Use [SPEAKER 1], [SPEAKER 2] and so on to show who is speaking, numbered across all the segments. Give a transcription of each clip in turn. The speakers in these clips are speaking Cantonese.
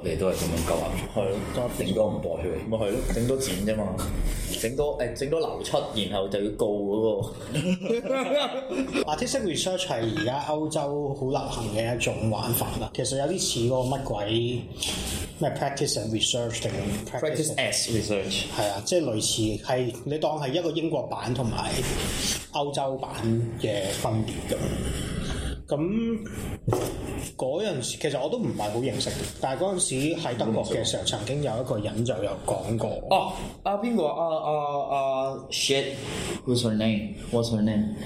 [SPEAKER 1] 我哋都係咁樣救啊，
[SPEAKER 2] 係咯，
[SPEAKER 1] 頂多唔播出嚟。
[SPEAKER 2] 咪係咯，整多剪啫嘛，
[SPEAKER 3] 整多誒整多流出，然後就要告嗰個。
[SPEAKER 4] Artistic research 係而家歐洲好流行嘅一種玩法啦，其實有啲似嗰個乜鬼咩 practice and research 定
[SPEAKER 3] Practice as research。
[SPEAKER 4] 係啊，即係類似係你當係一個英國版同埋歐洲版嘅分別咁。咁嗰陣時，其實我都唔係好認識，但係嗰陣時喺德國嘅時候，曾經有一個人就有講過，
[SPEAKER 3] 哦，啊邊個啊啊啊，shit，who's her name？What's her name？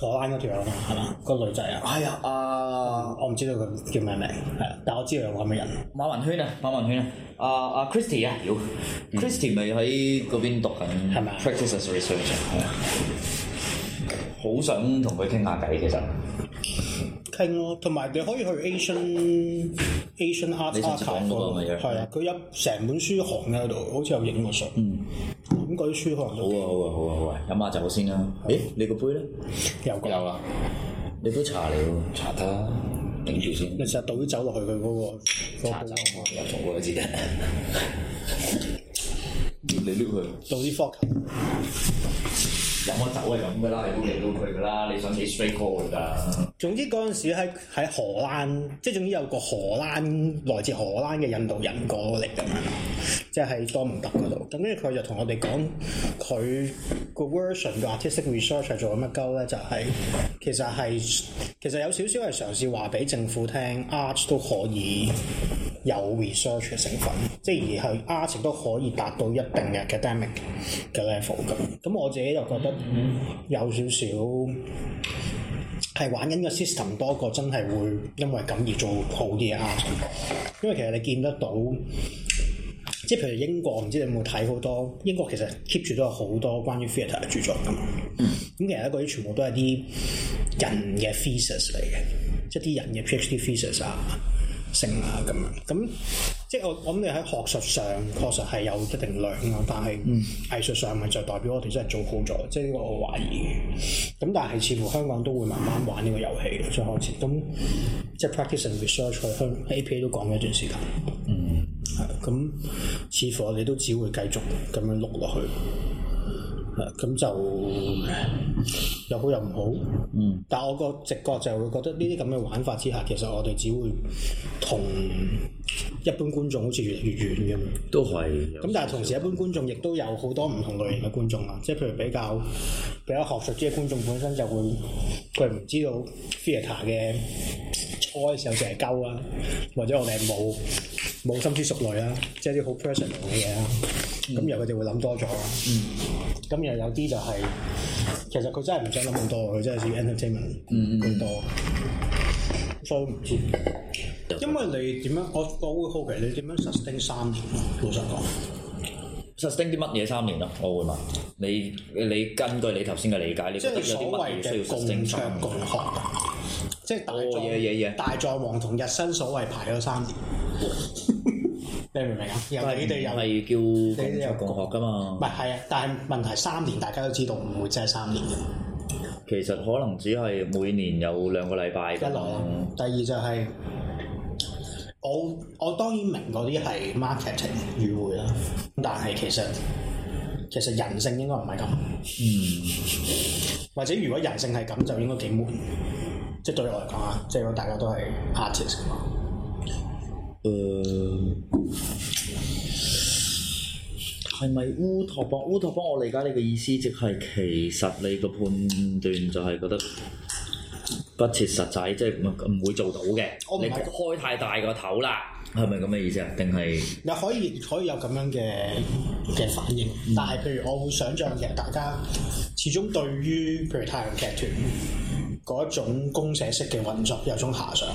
[SPEAKER 4] 荷蘭嗰條友嘛，係嘛？個女仔啊，嗯
[SPEAKER 3] 係啊，啊
[SPEAKER 4] 我唔知道佢叫咩名，係啊，但我知道有個咁嘅人。
[SPEAKER 3] 馬雲圈啊，馬雲圈啊，啊啊 Christy 啊，妖，Christy 咪喺嗰邊讀緊，
[SPEAKER 4] 係咪啊
[SPEAKER 3] Practice as research 啊係啊，好想同佢傾下偈其實。
[SPEAKER 4] 傾咯，同埋你可以去 Asian Asian Art
[SPEAKER 3] 你上次講嗰
[SPEAKER 4] Archive
[SPEAKER 3] 個咪
[SPEAKER 4] 咯
[SPEAKER 3] 有
[SPEAKER 4] 係啊，佢有成本書行喺度，好似有影過相。嗯，咁嗰啲書可能
[SPEAKER 3] 好
[SPEAKER 4] 都
[SPEAKER 3] 啊好啊好啊好啊，飲下酒先啦。咦，你個杯咧？
[SPEAKER 4] 有講。
[SPEAKER 1] 有啦，
[SPEAKER 3] 你杯茶嚟喎，
[SPEAKER 1] 查得啦頂住先。
[SPEAKER 4] 你成日倒啲酒落去佢嗰個嗰個煲，
[SPEAKER 1] 有做過一次嘅，你撩佢，
[SPEAKER 4] 倒啲 f o c
[SPEAKER 3] 飲咗酒係咁噶啦，你都嚟到佢噶啦，你想幾 straight call 㗎？
[SPEAKER 4] 總之嗰陣時喺喺荷蘭，即係總之有個荷蘭來自荷蘭嘅印度人過嚟咁樣，即係喺多蒙特嗰度。咁跟住佢就同我哋講，佢個 version 嘅 artistic research 係做緊乜鳩咧？就係、其實係其實有少少係嘗試話俾政府聽，art 都可以有 research 嘅成分，即係而係 art 亦都可以達到一定嘅 academic 嘅 level 咁。咁我自己就覺得有少少。係玩緊個 system 多過真係會因為咁而做好啲嘅 art，因為其實你見得到，即係譬如英國，唔知你有冇睇好多英國其實 keep 住都有好多關於 theatre 嘅著作㗎嘛。咁、其實嗰啲全部都係啲人嘅 thesis 嚟嘅，即係啲人嘅 PhD thesis 啊。性啊咁樣，咁即係我我諗你喺學術上確實係有一定量啊，但係藝術上咪就代表我哋真係做好咗，即係呢個我懷疑嘅。咁但係似乎香港都會慢慢玩呢個遊戲咯，最開始咁即係 practice and research 喺香 APA 都講咗一段時間。嗯，係咁，似乎我哋都只會繼續咁樣碌落去。係咁就有好有唔好，嗯，但我個直覺就會覺得呢啲咁嘅玩法之下，其實我哋只會同一般觀眾好似越嚟越遠咁樣。
[SPEAKER 1] 都係
[SPEAKER 4] 咁但係同時，一般觀眾亦都有好多唔同類型嘅觀眾啦，啊即係譬如比較比較學術啲嘅觀眾本身就會佢唔知道 theatre 嘅初嘅時候就係鳩啦，或者我哋係冇冇深思熟慮啦，即係啲好 personal 嘅嘢啦，啊咁然後佢哋會諗多咗啦，咁又有啲就係、其實佢真係唔想諗咁多，佢真係要 entertainment 咁多，所以唔知。因為你點樣，我我會好奇你點樣 sustain 三年咯，老實講。
[SPEAKER 3] sustain 啲乜嘢三年啊？我會問你，你根據你頭先嘅理解，你
[SPEAKER 4] 即
[SPEAKER 3] 覺得有
[SPEAKER 4] 係所
[SPEAKER 3] 啲乜
[SPEAKER 4] 謂
[SPEAKER 3] 嘢需要
[SPEAKER 4] 嘅
[SPEAKER 3] sustain
[SPEAKER 4] 共桌
[SPEAKER 3] 三年？
[SPEAKER 4] 共學，即係大
[SPEAKER 3] 哦
[SPEAKER 4] 狀
[SPEAKER 3] 嘢嘢嘢
[SPEAKER 4] 大狀王同日新所謂排咗三年， 你明唔明啊？由你哋有
[SPEAKER 3] 係叫共作共學噶
[SPEAKER 4] 唔
[SPEAKER 3] 嘛？
[SPEAKER 4] 係係啊？但係問題三年大家都知道唔會真係三年嘅，
[SPEAKER 3] 其實可能只係每年有兩個禮拜
[SPEAKER 4] 一來
[SPEAKER 3] 咁
[SPEAKER 4] 啦
[SPEAKER 3] 樣。，
[SPEAKER 4] 第二就係、我我當然明嗰啲係 marketing 語匯啦，但係其實其實人性應該唔係咁，嗯，或者如果人性係咁，就應該幾悶，即係對我嚟講啊，即係如果大家都係 artist 嘅話。
[SPEAKER 3] 呃誒係咪烏托邦？烏托邦，我理解你嘅意思，即係其實你嘅判斷就係覺得不切實際，即係唔唔會做到嘅。
[SPEAKER 4] 我唔
[SPEAKER 3] 你
[SPEAKER 4] 係
[SPEAKER 3] 開太大個頭啦，係咪咁嘅意思啊？定係
[SPEAKER 4] 你可以可以有咁樣嘅嘅反應，但係譬如我會想像其實大家始終對於譬如太陽劇團嗰一種公社式嘅運作有種遐想，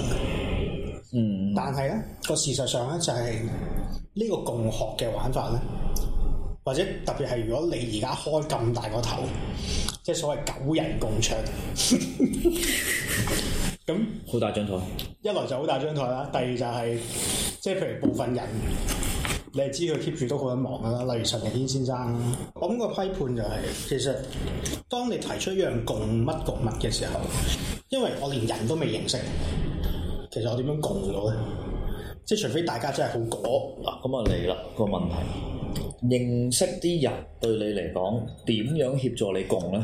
[SPEAKER 3] 嗯
[SPEAKER 4] 但係咧個事實上咧就係、呢個共學嘅玩法咧，或者特別係如果你而家開咁大個頭，即係所謂九人共桌， 咁。
[SPEAKER 3] 好大張台？
[SPEAKER 4] 一來就好大張台啦，第二就係、即係譬如部分人，你係知佢 keep 住都好撚忙噶啦，例如陳日軒先生啦。我諗個批判就係、其實當你提出一樣共乜共物嘅時候，因為我連人都未認識，其實我點樣共到咧？即係除非大家真係好講，
[SPEAKER 3] 嗱，咁啊嚟啦個問題，認識啲人對你嚟講點樣協助你共咧？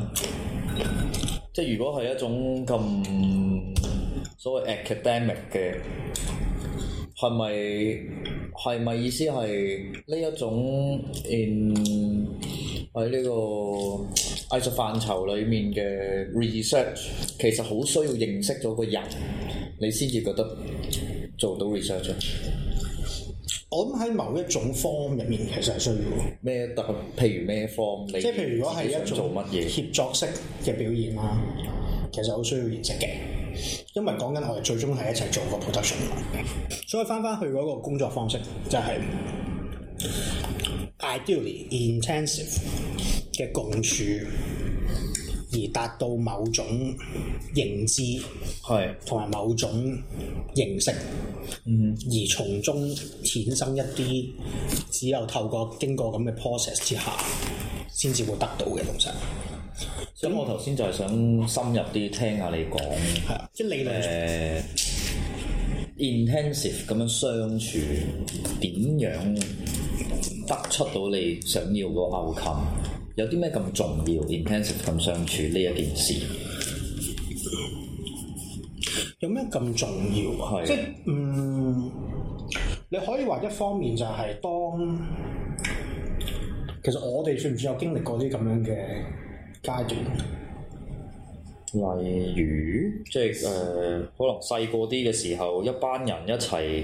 [SPEAKER 3] 即係如果係一種咁所謂 academic 嘅，係咪係咪意思係呢一種 in 喺呢個藝術範疇裡面嘅 research，其實好需要認識咗個人，你先至覺得做到 research 啊
[SPEAKER 4] 我諗喺某一種 form 入面其實係需要。
[SPEAKER 3] 咩特譬如咩 form，你
[SPEAKER 4] 即係譬如如果係
[SPEAKER 3] 自己
[SPEAKER 4] 一
[SPEAKER 3] 想做
[SPEAKER 4] 種
[SPEAKER 3] 乜嘢？
[SPEAKER 4] 協作式嘅表現啦，其實好需要認識嘅，因為講緊我哋最終係一齊做個 production 嘛。所以翻翻去嗰個工作方式就係、ideally intensive 嘅共處，而達到某種認知
[SPEAKER 3] 係
[SPEAKER 4] 同埋某種認識，
[SPEAKER 3] 嗯
[SPEAKER 4] 而從中衍生一啲只有透過經過咁嘅 process 之下，先至會得到嘅東西。
[SPEAKER 3] 咁我頭先就係想深入啲聽下你講
[SPEAKER 4] 係啊，即係理論上
[SPEAKER 3] 誒 intensive 咁樣相處，點樣得出到你想要個 outcome？有啲咩咁重要？intensive 咁相處呢一件事
[SPEAKER 4] 有咩咁重要啊？
[SPEAKER 3] 係
[SPEAKER 4] 即係嗯，你可以話一方面就係當其實我哋算唔算有經歷過啲咁樣嘅階段？
[SPEAKER 3] 例如，即係誒、呃可能細個啲嘅時候，一班人一齊誒、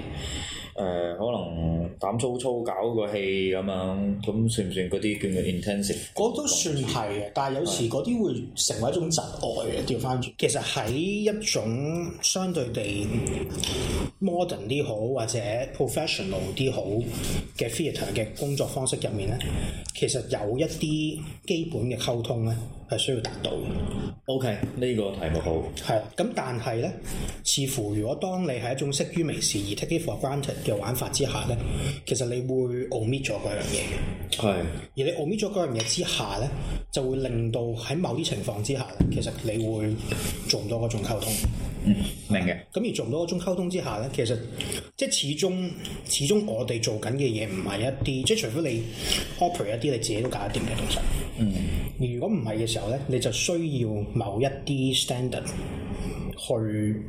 [SPEAKER 3] 呃可能膽粗粗搞個戲咁樣，咁算唔算嗰啲叫做 intensive？
[SPEAKER 4] 嗰都算係嘅，但係有時嗰啲會成為一種窒礙嘅。調翻轉，其實喺一種相對地 modern 啲好或者 professional 啲好嘅 theatre 嘅工作方式入面咧，其實有一啲基本嘅溝通咧係需要達到嘅。
[SPEAKER 3] OK，呢個題目好。
[SPEAKER 4] 係啦，咁但係咧，似乎如果當你係一種適於微視而 take it for granted 嘅玩法之下咧，其實你會 omit 咗嗰樣嘢嘅。
[SPEAKER 3] 係。
[SPEAKER 4] 而你 omit 咗嗰樣嘢之下咧，就會令到喺某啲情況之下咧，其實你會做唔到嗰種溝通。
[SPEAKER 3] 嗯，明嘅。
[SPEAKER 4] 咁而做唔到嗰種溝通之下咧，其實即係始終始終我哋做緊嘅嘢唔係一啲，即係除非你 operate 一啲你自己都搞得掂嘅東西。
[SPEAKER 3] 嗯。
[SPEAKER 4] 而如果唔係嘅時候咧，你就需要某一啲 standard 去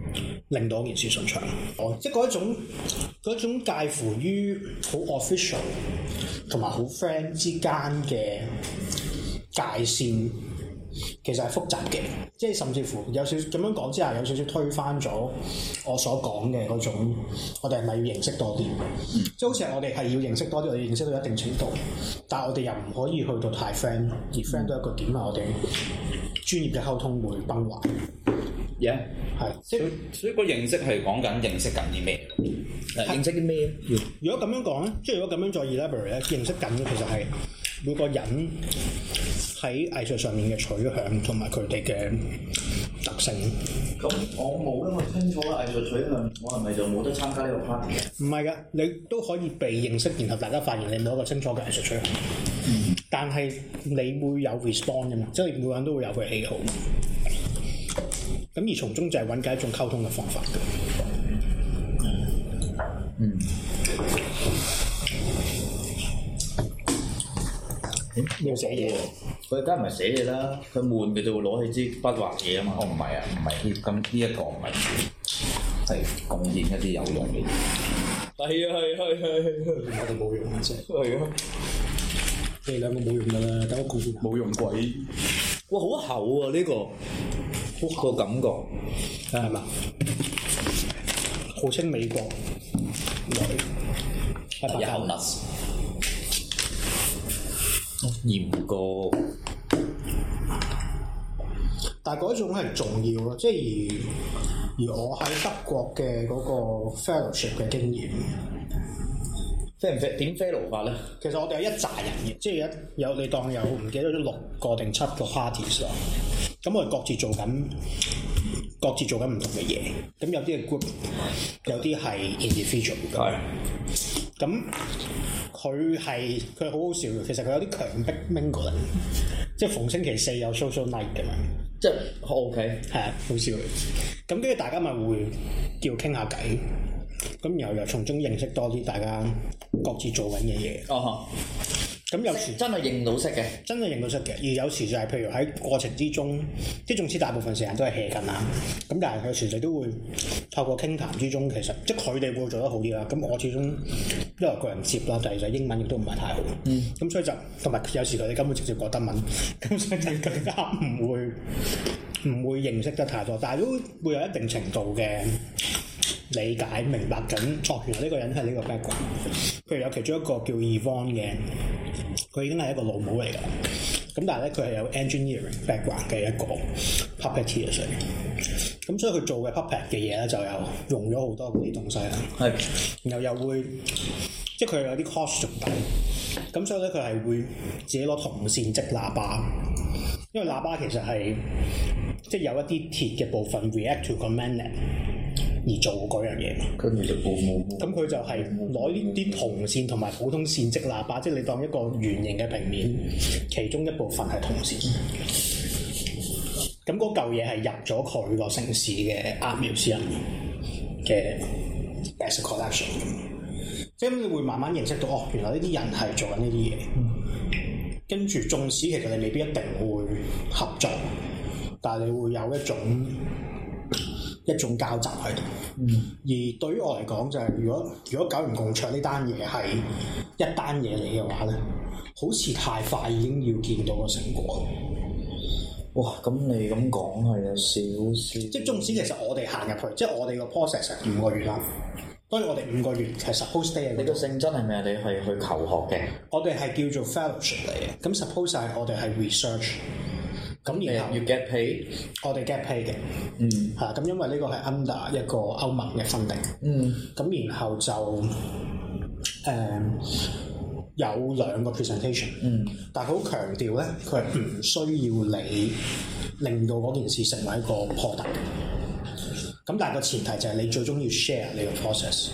[SPEAKER 4] 令到件事順暢。哦，即係嗰一種嗰一種介乎於好 official 同埋好 friend 之間嘅界線。其實係複雜嘅，即係甚至乎有少咁樣講之下，有少少推翻咗我所講嘅嗰種，我哋係咪要認識多啲？即係好似係我哋係要認識多啲，我哋認識到一定程度，但係我哋又唔可以去到太 friend，而 friend 到一個點啊，我哋專業嘅溝通會崩壞，
[SPEAKER 1] Yeah，
[SPEAKER 4] 係即係
[SPEAKER 2] 所以個認識係講緊認識緊啲咩？
[SPEAKER 3] 誒，
[SPEAKER 2] 啊
[SPEAKER 3] 認識啲咩？
[SPEAKER 4] 如果咁樣講咧，即係如果咁樣再 elaborate 咧，認識緊嘅其實係每個人喺藝術上面嘅取向同埋佢哋嘅特性。
[SPEAKER 3] 咁我冇因為清楚藝術取向，我係咪就冇得參加呢個 party？
[SPEAKER 4] 唔係噶，你都可以被認識，然後大家發現你冇一個清楚嘅藝術取向。但係你會有 respond 噶嘛，即係每個人都會有佢嘅喜好。咁而從中就係揾緊一種溝通嘅方法。嗯。要寫嘢，
[SPEAKER 3] 佢梗係唔係寫嘢啦，佢悶嘅就會攞起支筆畫嘢啊嘛。
[SPEAKER 2] 哦，唔係啊，唔係呢咁呢一個唔係，係貢獻一啲有用嘅嘢。
[SPEAKER 3] 係啊，係係係係
[SPEAKER 4] 我哋冇用啊！即係
[SPEAKER 3] 係啊！
[SPEAKER 4] 你哋兩個冇用噶啦，等我估估。
[SPEAKER 2] 冇用鬼。
[SPEAKER 3] 哇，好厚啊呢個，個感覺。
[SPEAKER 4] 係嘛？號稱美國女係
[SPEAKER 3] 哎
[SPEAKER 4] 白
[SPEAKER 2] 有
[SPEAKER 4] 教
[SPEAKER 2] 啦，
[SPEAKER 3] 哦嚴過。
[SPEAKER 4] 但係嗰種係重要咯，即係而而我喺德國嘅嗰個 fellowship 嘅經驗，
[SPEAKER 3] 飛唔飛？點飛勞法咧？
[SPEAKER 4] 其實我哋有一紮人嘅，即係一有你當有唔記得咗六個定七個 parties 啦，咁我哋各自做緊。各自做緊唔同嘅嘢，咁有啲係 group，有啲係 individual 咁樣。咁佢係佢好好笑嘅，其實佢有啲強迫 mingling，即係逢星期四有 social night 咁樣，
[SPEAKER 3] 即係 OK。
[SPEAKER 4] 係啊，好笑嘅。咁跟住大家咪會叫傾下偈，咁然後又從中認識多啲大家各自做緊嘅嘢。
[SPEAKER 3] 哦，
[SPEAKER 4] 咁有時
[SPEAKER 3] 真係認到識嘅，
[SPEAKER 4] 真係認到識嘅，而有時就係譬如喺過程之中，即係總之大部分時間都係 hea 緊啦。咁但係有時你都會透過傾談之中，其實即係佢哋會做得好啲啦。咁我始終因為個人接啦，第二就係英文亦都唔係太好。咁、所以就同埋有時佢哋根本直接講德文，咁所以就更加唔會唔會認識得太多，但係都會有一定程度嘅。理解明白緊，哦，原來呢個人係呢個 background。譬如有其中一個叫 Evon 嘅，佢已經係一個老母嚟㗎啦。咁但係咧，佢係有 engineering background 嘅一個 puppeteer 嚟嘅。咁所以佢做嘅 puppet 嘅嘢咧，就有用咗好多嗰啲東西啦。
[SPEAKER 3] 係
[SPEAKER 4] 然後又會即係佢有啲 costume 底，咁所以咧佢係會自己攞銅線織喇叭，因為喇叭其實係即係有一啲鐵嘅部分 react to 個 magnet 而做嗰樣嘢嘛。
[SPEAKER 2] 跟住就冇冇冇。
[SPEAKER 4] 咁佢就係攞呢啲銅線同埋普通線織喇叭，即係你當一個圓形嘅平面，其中一部分係銅線。咁嗰嚿嘢係入咗佢個城市嘅 art museum 嘅 as a collection。即係咁你會慢慢認識到，哦，原來呢啲人係做緊呢啲嘢。跟住，縱使其實你未必一定會合作，但係你會有一種一種交集喺度。而對於我嚟講，就係、如果如果九人共桌呢單嘢係一單嘢嚟嘅話咧，好似太快已經要見到個成果。
[SPEAKER 3] 哇！咁你咁講係有少少，
[SPEAKER 4] 即係縱使其實我哋行入去，即係我哋個 process 係五個月啦。當然我哋五個月係 suppose stay 喺
[SPEAKER 3] 你
[SPEAKER 4] 嗰
[SPEAKER 3] 個
[SPEAKER 4] 度，
[SPEAKER 3] 性質係咩？你係去求學嘅，
[SPEAKER 4] 我哋係叫做 fellowship 嚟嘅。咁 suppose 係我哋係 research。
[SPEAKER 3] 你
[SPEAKER 4] 咁然後
[SPEAKER 3] 要 get paid。
[SPEAKER 4] 我哋 get pay 嘅，嗯，嚇咁因為呢個係 under 一個歐盟嘅分定，嗯，咁然後就誒、有兩個 presentation，嗯，但係佢好強調咧，佢係唔需要你令到嗰件事成為一個 product，咁但係個前提就係你最終要 share 你個 process，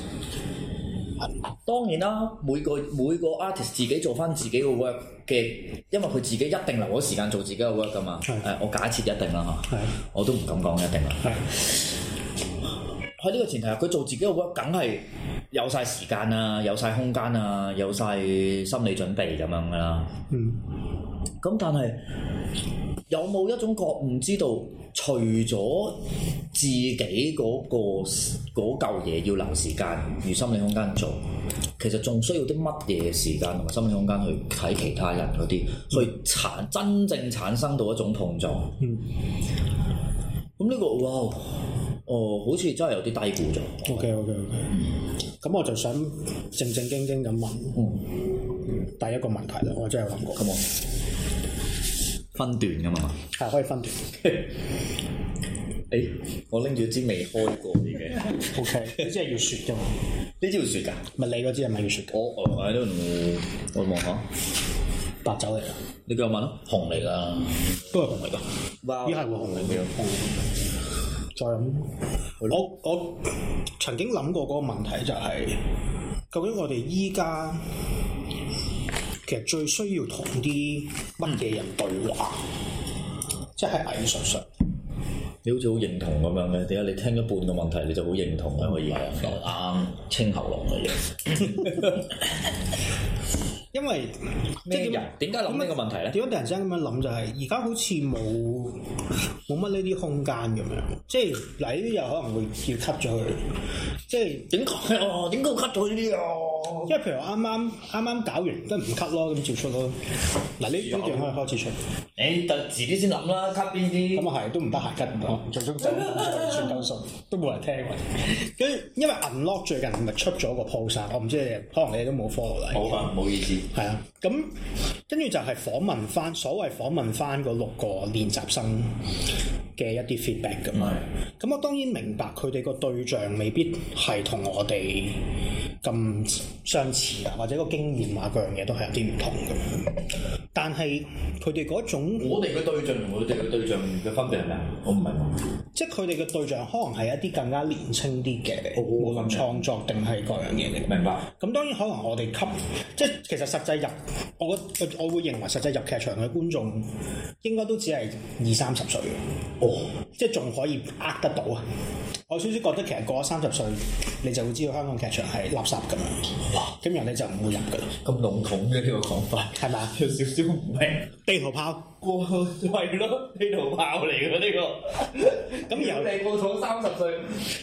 [SPEAKER 3] 當然啦，每個每個 artist 自己做翻自己嘅 work 嘅，因為佢自己一定留咗時間做自己嘅 work 噶嘛。誒
[SPEAKER 4] 係、
[SPEAKER 3] 我假設一定啦嚇
[SPEAKER 4] 係，
[SPEAKER 3] 我都唔敢講一定啦。
[SPEAKER 4] 係
[SPEAKER 3] 喺呢個前提下，佢做自己嘅 work，梗係有晒時間啊，有晒空間啊，有晒心理準備咁樣噶啦。
[SPEAKER 4] 嗯。
[SPEAKER 3] 咁但係有冇一種覺悟知道，除咗自己嗰、個嗰嚿嘢要留時間與心理空間做，其實仲需要啲乜嘢時間同埋心理空間去睇其他人嗰啲，去產真正產生到一種碰撞。
[SPEAKER 4] 嗯。
[SPEAKER 3] 咁呢個哇，哦，好似真係有啲低估咗。
[SPEAKER 4] OK OK OK，咁我就想正正經經咁問，嗯第一個問題啦，我真係有諗過，
[SPEAKER 3] 咁我分段噶嘛？
[SPEAKER 4] 係可以分段。
[SPEAKER 3] 誒、我拎住支未開過嘅，呢
[SPEAKER 4] OK，呢 支係要雪嘅嘛，
[SPEAKER 3] 支要雪㗎。
[SPEAKER 4] 咪你嗰支係咪要雪嘅？
[SPEAKER 3] 我我喺呢度，我望下，
[SPEAKER 4] 白酒嚟㗎，
[SPEAKER 3] 你繼續問啦。紅嚟㗎，
[SPEAKER 4] 都係紅嚟㗎，
[SPEAKER 3] 哇
[SPEAKER 4] 依係會紅嚟嘅。再飲，我我曾經諗過嗰個問題就係、究竟我哋依家其實最需要同啲乜嘢人對話，即係喺藝術上。
[SPEAKER 3] 你好似好認同咁樣嘅，點解你聽咗半個問題你就好認同嘅可以？啱清喉嚨嘅嘢。
[SPEAKER 4] 因為
[SPEAKER 3] 咩人點解諗呢個問題咧
[SPEAKER 4] 點解突然之間咁樣諗就係而家好似冇冇乜呢啲空間咁樣，即係嗱呢啲又可能會要 cut 咗佢，即係
[SPEAKER 3] 點解啊？點解 cut 咗呢啲啊？
[SPEAKER 4] 因為譬如我啱啱啱啱搞完，都唔 cut 咯，咁照出咯。嗱呢呢段可以開始出，
[SPEAKER 3] 誒，就自己先諗啦，cut 邊啲？
[SPEAKER 4] 咁啊係都唔得閒 cut 唔到，最終就算鳩數，都冇人聽喎。跟住因為 unlock 最近咪出咗個 post 啊我唔知你哋可能你哋都冇 follow 啦。
[SPEAKER 2] 好啊，唔好意思。
[SPEAKER 4] 係啊，咁跟住就係訪問翻所謂訪問翻嗰六個練習生嘅一啲 feedback 咁樣。咁我當然明白佢哋個對象未必係同我哋咁相似啊，或者個經驗啊各樣嘢都係有啲唔同咁樣。但係佢哋嗰種
[SPEAKER 3] 我哋嘅對象同佢哋嘅對象嘅分別係咩啊？我唔明喎。
[SPEAKER 4] 即係佢哋嘅對象可能係一啲更加年輕啲嘅，
[SPEAKER 3] 哦
[SPEAKER 4] 無論創作定係各樣嘢嚟。
[SPEAKER 3] 明白。
[SPEAKER 4] 咁當然可能我哋吸，即係其實實際入，我覺我會認為實際入劇場嘅觀眾應該都只係二三十歲，哦，即係仲可以呃得到啊！我少少覺得其實過咗三十歲，你就會知道香港劇場係垃圾咁樣，哇！咁人哋就唔會入噶啦，
[SPEAKER 3] 咁籠統嘅呢個講法，
[SPEAKER 4] 係咪啊？
[SPEAKER 3] 有少少唔明。
[SPEAKER 4] 地圖炮，
[SPEAKER 3] 過係咯，呢度炮嚟嘅呢個。
[SPEAKER 4] 咁然後
[SPEAKER 3] 你過咗三十歲，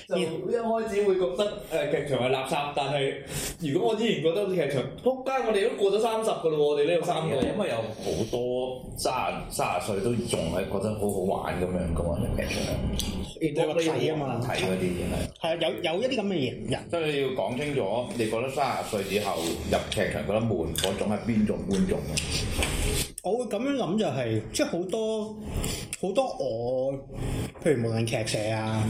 [SPEAKER 3] 就
[SPEAKER 4] 然
[SPEAKER 3] 一開始會覺得誒劇場係垃圾，但係如果我之前覺得劇場撲街，我哋都過咗三十嘅咯喎，我哋呢度三個。
[SPEAKER 2] 因為有好多卅卅歲都仲係覺得好好玩咁樣噶嘛，你劇場
[SPEAKER 4] 你話睇啊嘛，
[SPEAKER 2] 睇嗰啲嘢係。
[SPEAKER 4] 係啊，有有一啲咁嘅人。
[SPEAKER 2] 所以你要講清楚，你覺得三十歲之後入劇場覺得悶嗰種係邊種啊觀眾？
[SPEAKER 4] 我會咁樣諗就係、即係好多好多我，譬如無論劇社啊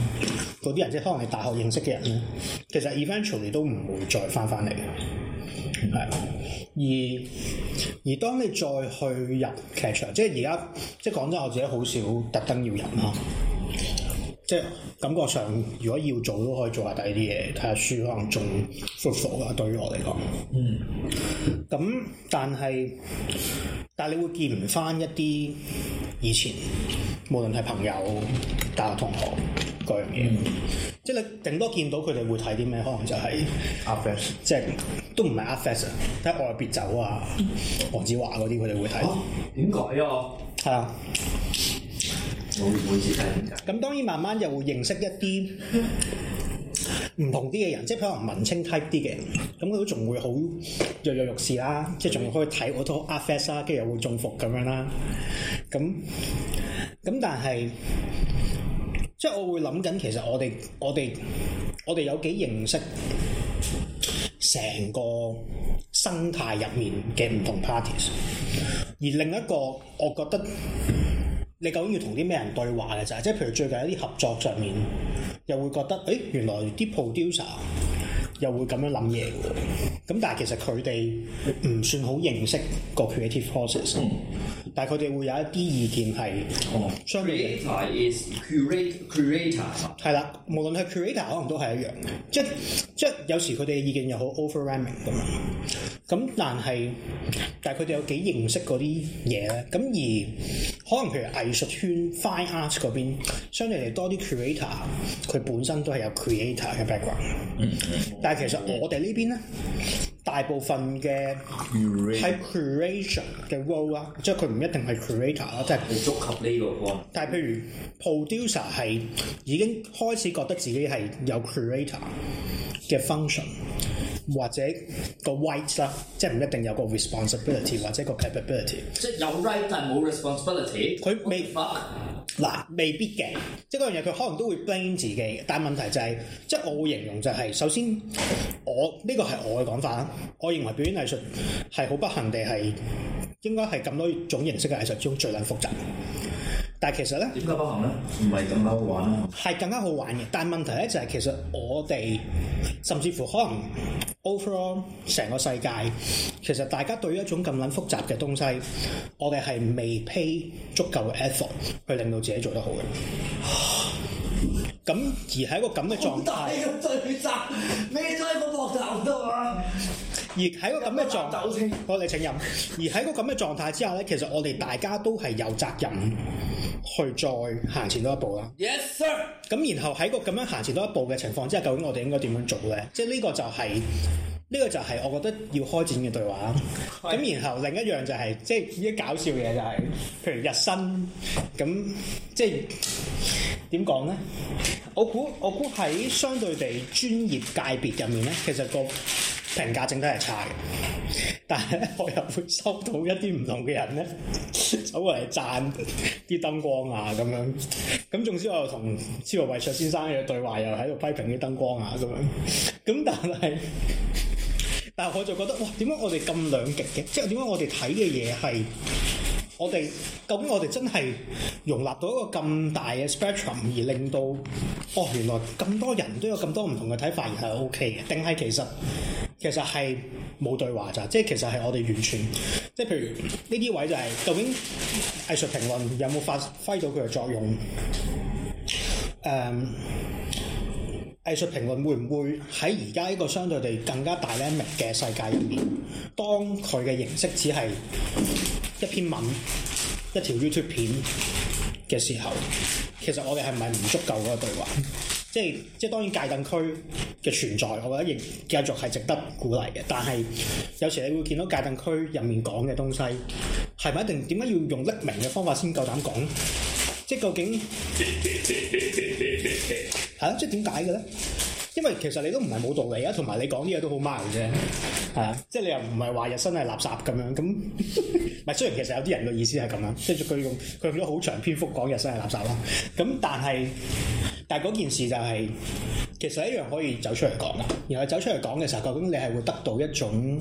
[SPEAKER 4] 嗰啲人，即係可能係大學認識嘅人咧，其實 eventually 都唔會再翻翻嚟嘅，係啊。而而當你再去入劇場，即係而家即係講真，我自己好少特登要入啦。即係感覺上，如果要做都可以做下第二啲嘢，睇下書可能仲 fruitful 啊。對於我嚟講，嗯，咁但係。但係你會見唔翻一啲以前，無論係朋友、大學同學嗰樣嘢，即係你頂多見到佢哋會睇啲咩，可能就係、
[SPEAKER 2] 阿 f
[SPEAKER 4] 即係都唔係 a f e s 睇《愛別走》啊、黃子華嗰啲，佢哋會睇。
[SPEAKER 3] 點解啊？
[SPEAKER 4] 係啊，
[SPEAKER 1] 我每次睇點解？
[SPEAKER 4] 咁當然慢慢又會認識一啲唔同啲嘅人，即係可能文青 type 啲嘅人，咁佢都仲會好躍躍欲試啦，即係仲可以睇我套 a f e s 啦，跟住又會中伏咁樣啦。咁咁但係，即係我會諗緊，其實我哋我哋我哋有幾認識成個生態入面嘅唔同 parties，而另一個我覺得。你究竟要同啲咩人對話嘅就係，即係譬如最近一啲合作上面，又會覺得，誒原來啲 producer 又會咁樣諗嘢嘅喎。咁但係其實佢哋唔算好認識個 creative process，、但係佢哋會有一啲意見係相對嘅。
[SPEAKER 3] Creator is curate creator。
[SPEAKER 4] 係啦，無論係 curator 可能都係一樣嘅，即即有時佢哋嘅意見又好 overwhelming 咁樣，咁但係但係佢哋有幾認識嗰啲嘢咧，咁而可能譬如藝術圈 fine art 嗰邊，相對嚟多啲 curator，佢本身都係有 creator 嘅 background，但係其實我哋呢邊咧，大部分嘅喺 curation 嘅 role 啦，即係佢唔一定係 curator 啦，即係。
[SPEAKER 3] 你觸及呢個 point。
[SPEAKER 4] 但係譬如 producer 係已經開始覺得自己係有 creator 嘅 function，或者個 weight 啦，即係唔一定有個 responsibility 或者個 capability。
[SPEAKER 3] 即係有 right 但冇 responsibility。
[SPEAKER 4] 佢未
[SPEAKER 3] What the fuck？
[SPEAKER 4] 嗱，未必嘅，即係嗰樣嘢佢可能都會 blame 自己嘅，但係問題就係、即係我會形容就係、首先我呢個係我嘅講法啦，我認為表演藝術係好不幸地係應該係咁多種形式嘅藝術中最撚複雜，但係其實咧。
[SPEAKER 3] 點解不行咧？唔係咁好玩啊！
[SPEAKER 4] 係更加好玩嘅。但係問題咧就係、其實我哋甚至乎可能 overall 成個世界，其實大家對於一種咁撚複雜嘅東西，我哋係未 pay 足夠嘅 effort 去令到自己做得好嘅。咁而喺一個咁嘅
[SPEAKER 3] 好
[SPEAKER 4] 狀
[SPEAKER 3] 大
[SPEAKER 4] 態，
[SPEAKER 3] 嘅對責，孭咗喺個膊頭度啊！
[SPEAKER 4] 而喺一個咁嘅狀
[SPEAKER 3] 飲啖酒先
[SPEAKER 4] 態，我哋請飲。而喺一個咁嘅狀態之下咧，其實我哋大家都係有責任去再行前多一步啦。
[SPEAKER 3] Yes sir，
[SPEAKER 4] 咁然後喺個咁樣行前多一步嘅情況之下，究竟我哋應該點樣做咧？即係呢個就係、呢、個就係我覺得要開展嘅對話啦。咁然後另一樣就係、即係啲搞笑嘢就係、譬如日新咁，即係點講咧？我估我估喺相對地專業界別入面咧，其實個評價整體係差嘅，但係咧 我又會收到一啲唔同嘅人咧 走過嚟讚啲燈光啊咁樣，咁總之我又同超豪偉卓先生嘅對話又喺度批評啲燈光啊咁樣，咁 但係。但係我就覺得，哇！點解我哋咁兩極嘅？即係點解我哋睇嘅嘢係我哋究竟我哋真係容納到一個咁大嘅 spectrum，而令到哦原來咁多人都有咁多唔同嘅睇法，而係 OK 嘅，定係其實其實係冇對話咋，即係其實係我哋完全，即係譬如呢啲位就係、究竟藝術評論有冇發揮到佢嘅作用？誒、藝術評論會唔會喺而家呢個相對地更加大 d y 嘅世界入面，當佢嘅形式只係一篇文、一條 YouTube 片嘅時候，其實我哋係咪唔足夠嗰個對話？即係即係當然界凳區嘅存在，我覺得亦繼續係值得鼓勵嘅。但係有時你會見到界凳區入面講嘅東西，係咪一定點解要用匿名嘅方法先夠膽講？即係究竟？ 係啊，即係點解嘅咧？因為其實你都唔係冇道理啊，同埋你講啲嘢都好 mild 啫，係啊，即係你又唔係話日新係垃圾咁樣，咁 唔係雖然其實有啲人嘅意思係咁樣，即係佢用佢用咗好長篇幅講日新係垃圾啦，咁但係但係嗰件事就係、其實一樣可以走出嚟講噶，然後走出嚟講嘅時候，究竟你係會得到一種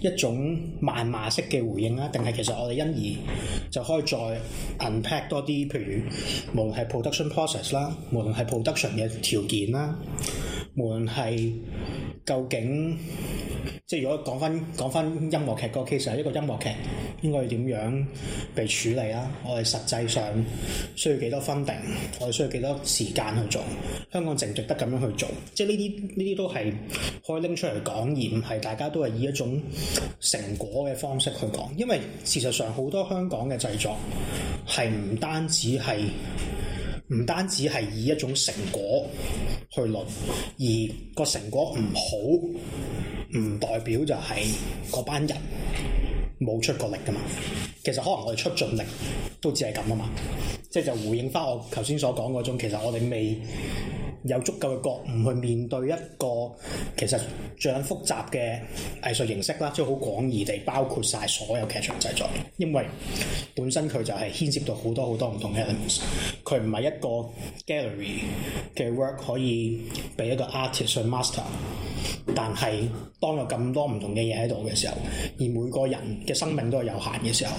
[SPEAKER 4] 一種漫罵式嘅回應啦，定係其實我哋因而就可以再 unpack 多啲，譬如無論係 production process 啦，無論係 production 嘅條件啦，無論係究竟即係如果講翻講翻音樂劇個 case 係一個音樂劇應該要點樣被處理啦，我哋實際上需要幾多 funding，我哋需要幾多時間去做，香港值唔值得咁樣去做，即係呢啲呢啲都係可以拎出嚟講，而唔係大家都係以一種成果嘅方式去講，因為事實上好多香港嘅製作係唔單止係。唔單止係以一種成果去論，而個成果唔好，唔代表就係嗰班人冇出過力噶嘛。其實可能我哋出盡力都只係咁啊嘛，即係就回應翻我頭先所講嗰種，其實我哋未有足夠嘅覺悟去面對一個其實最緊複雜嘅藝術形式啦，即係好廣義地包括晒所有劇場製作，因為本身佢就係牽涉到好多好多唔同嘅 elements，佢唔係一個 gallery 嘅 work 可以俾一個 artist 去 master。但係當有咁多唔同嘅嘢喺度嘅時候，而每個人嘅生命都係有限嘅時候，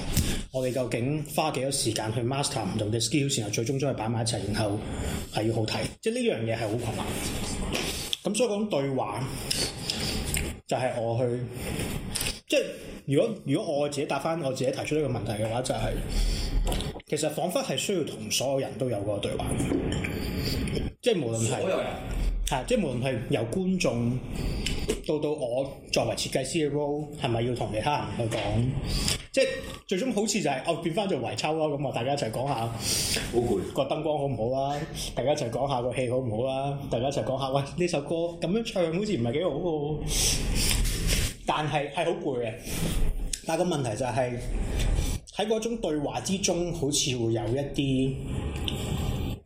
[SPEAKER 4] 我哋究竟花幾多時間去 master 唔同嘅 skills，然後最終將佢擺埋一齊，然後係要好睇，即係呢樣嘢係好困難。咁所以講對話就係、我去，即係如果如果我自己答翻我自己提出呢個問題嘅話，就係、其實彷彿係需要同所有人都有個對話，即係無論係
[SPEAKER 2] 所有人
[SPEAKER 4] 係，即係無論係由觀眾到到我作為設計師嘅 role，係咪要同其他人去講？即係最終好似就係、我哦變翻做圍抽咯，咁啊大家一齊講下
[SPEAKER 2] 好攰。
[SPEAKER 4] 個燈光好唔好啦，啊大家一齊講下個戲好唔好啦，大家一齊講下喂呢首歌咁樣唱好似唔係幾好喎，但係係好攰嘅。但係個問題就係喺嗰種對話之中，好似會有一啲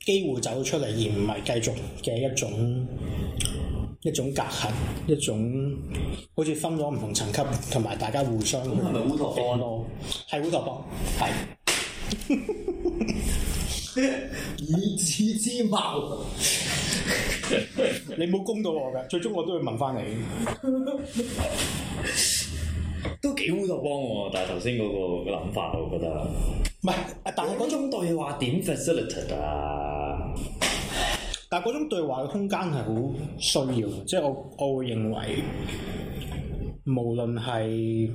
[SPEAKER 4] 機會走出嚟，而唔係繼續嘅一種。一種隔閡，一種好似分咗唔同層級，同埋大家互相咁
[SPEAKER 1] 係咪烏托邦
[SPEAKER 4] 咯？係烏托邦，係
[SPEAKER 1] 以子之矛，
[SPEAKER 4] 你冇攻到我㗎，最終我都會問翻你。
[SPEAKER 3] 都幾烏托邦喎。但係頭先嗰個諗法，我覺得
[SPEAKER 4] 唔係，但係嗰種，
[SPEAKER 3] 對話點 facilitate 啊？
[SPEAKER 4] 但係嗰種對話嘅空間係好需要嘅，即係我我會認為，無論係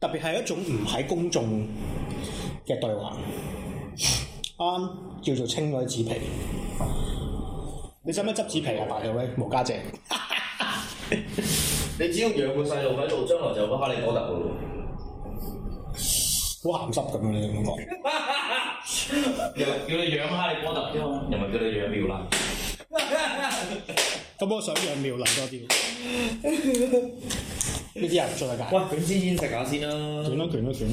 [SPEAKER 4] 特別係一種唔喺公眾嘅對話，啱啱叫做清咗啲紙皮。你使唔使執紙皮啊？白嘅喂，毛家姐，
[SPEAKER 2] 你只要養個細路喺度，將來就會哈利波特噶咯。
[SPEAKER 4] 好鹹濕咁樣你咁講。
[SPEAKER 2] 又叫你養哈利波特啫嘛，又咪叫你養妙蘭。
[SPEAKER 4] 咁我想養妙麗多啲。呢啲人唔出得
[SPEAKER 3] 喂
[SPEAKER 4] 㗎。，
[SPEAKER 3] 卷支煙食下先啦，
[SPEAKER 4] 卷咯卷咯卷，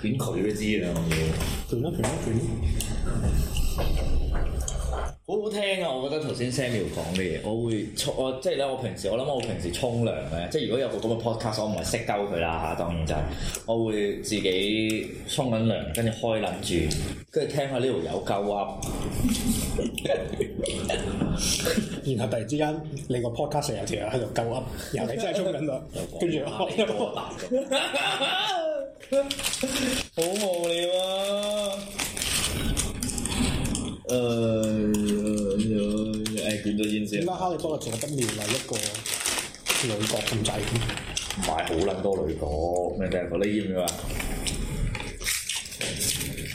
[SPEAKER 3] 卷佢都知啦，我要。
[SPEAKER 4] 卷咯卷咯卷咯。
[SPEAKER 3] 好好聽啊！我覺得頭先 Samuel 講嘅嘢，我會沖我即係咧，我平時我諗我平時沖涼咧，即係如果有個咁嘅 podcast，我唔係識鳩佢啦嚇，當然就係我會自己沖緊涼，跟住開撚住，跟住聽下呢條友鳩噏，
[SPEAKER 4] 然後突然之間，你個 podcast 有條友喺度鳩噏，然後你真係衝緊度，跟住哦
[SPEAKER 3] 我
[SPEAKER 4] 開咗
[SPEAKER 3] 好無聊啊！誒、咁樣捲咗煙先
[SPEAKER 4] 點解。哈利波特仲得妙麗一個女角咁滯？
[SPEAKER 3] 唔係好撚多女角，咩咩你要唔要啊？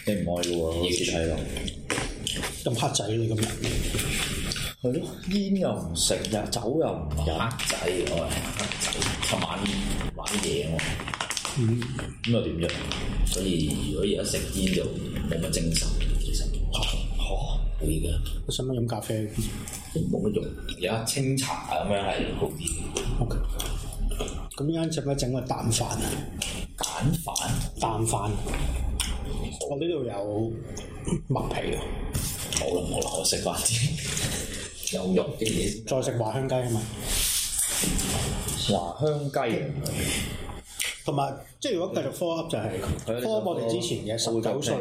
[SPEAKER 3] 你唔愛嘅喎，好似睇落。
[SPEAKER 4] 咁黑仔你咁人，
[SPEAKER 3] 係咯，煙又唔食，又酒又唔飲，
[SPEAKER 2] 黑仔，我係黑仔，琴晚玩嘢我，
[SPEAKER 3] 咁又點啫？
[SPEAKER 2] 所以如果而家食煙就冇乜精神，其實會嘅，
[SPEAKER 4] 我使唔使飲咖啡
[SPEAKER 2] 冇乜用。而家清茶咁樣係好啲，
[SPEAKER 4] ？OK。咁一陣使唔使整個蛋飯啊？
[SPEAKER 2] 簡飯
[SPEAKER 4] 蛋飯，我呢度有麥皮啊，
[SPEAKER 2] 冇啦冇啦，我食飯啲有肉嘅嘢先。
[SPEAKER 4] 再食華香雞啊嘛。
[SPEAKER 3] 華香雞，
[SPEAKER 4] 同埋即係如果繼續 follow up 就係
[SPEAKER 3] 係啊
[SPEAKER 4] follow up 我哋之前嘅十九歲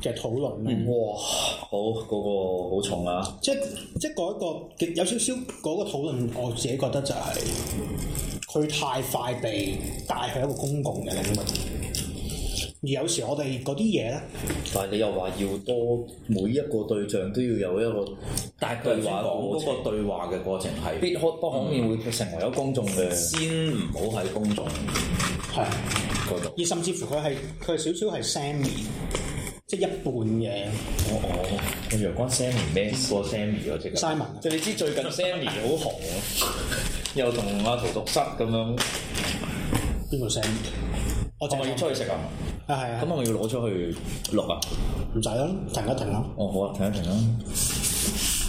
[SPEAKER 4] 嘅討論啦。
[SPEAKER 3] 哇！好嗰個好重啊！
[SPEAKER 4] 即即嗰一個有少少嗰個討論，我自己覺得就係、佢太快被帶去一個公共嘅領域，而有時我哋嗰啲嘢咧，
[SPEAKER 3] 但係你又話要多每一個對象都要有一個
[SPEAKER 2] 但係
[SPEAKER 3] 對
[SPEAKER 2] 對
[SPEAKER 3] 話
[SPEAKER 2] 話
[SPEAKER 3] 過程
[SPEAKER 2] 嗰個對話嘅過程係
[SPEAKER 3] 必可不可免會成為咗公眾嘅。
[SPEAKER 2] 先唔好喺公眾
[SPEAKER 4] 係
[SPEAKER 2] 嗰度。
[SPEAKER 4] 而甚至乎佢係佢係少少係 Sammy，即一半嘅
[SPEAKER 3] 我我我陽光 Sammy 咩事？
[SPEAKER 2] 個 Sammy 嗰隻
[SPEAKER 4] Simon
[SPEAKER 3] 即係你啊知最 近 Sammy 好紅啊，又同阿陶讀室咁樣，
[SPEAKER 4] 邊個 Sammy？我就
[SPEAKER 3] 係咪要出去食啊？咁
[SPEAKER 4] 啊係啊，
[SPEAKER 3] 係咪要攞出去錄啊？
[SPEAKER 4] 唔使啦，停一停啦。
[SPEAKER 3] 哦，好啊，停一停啦。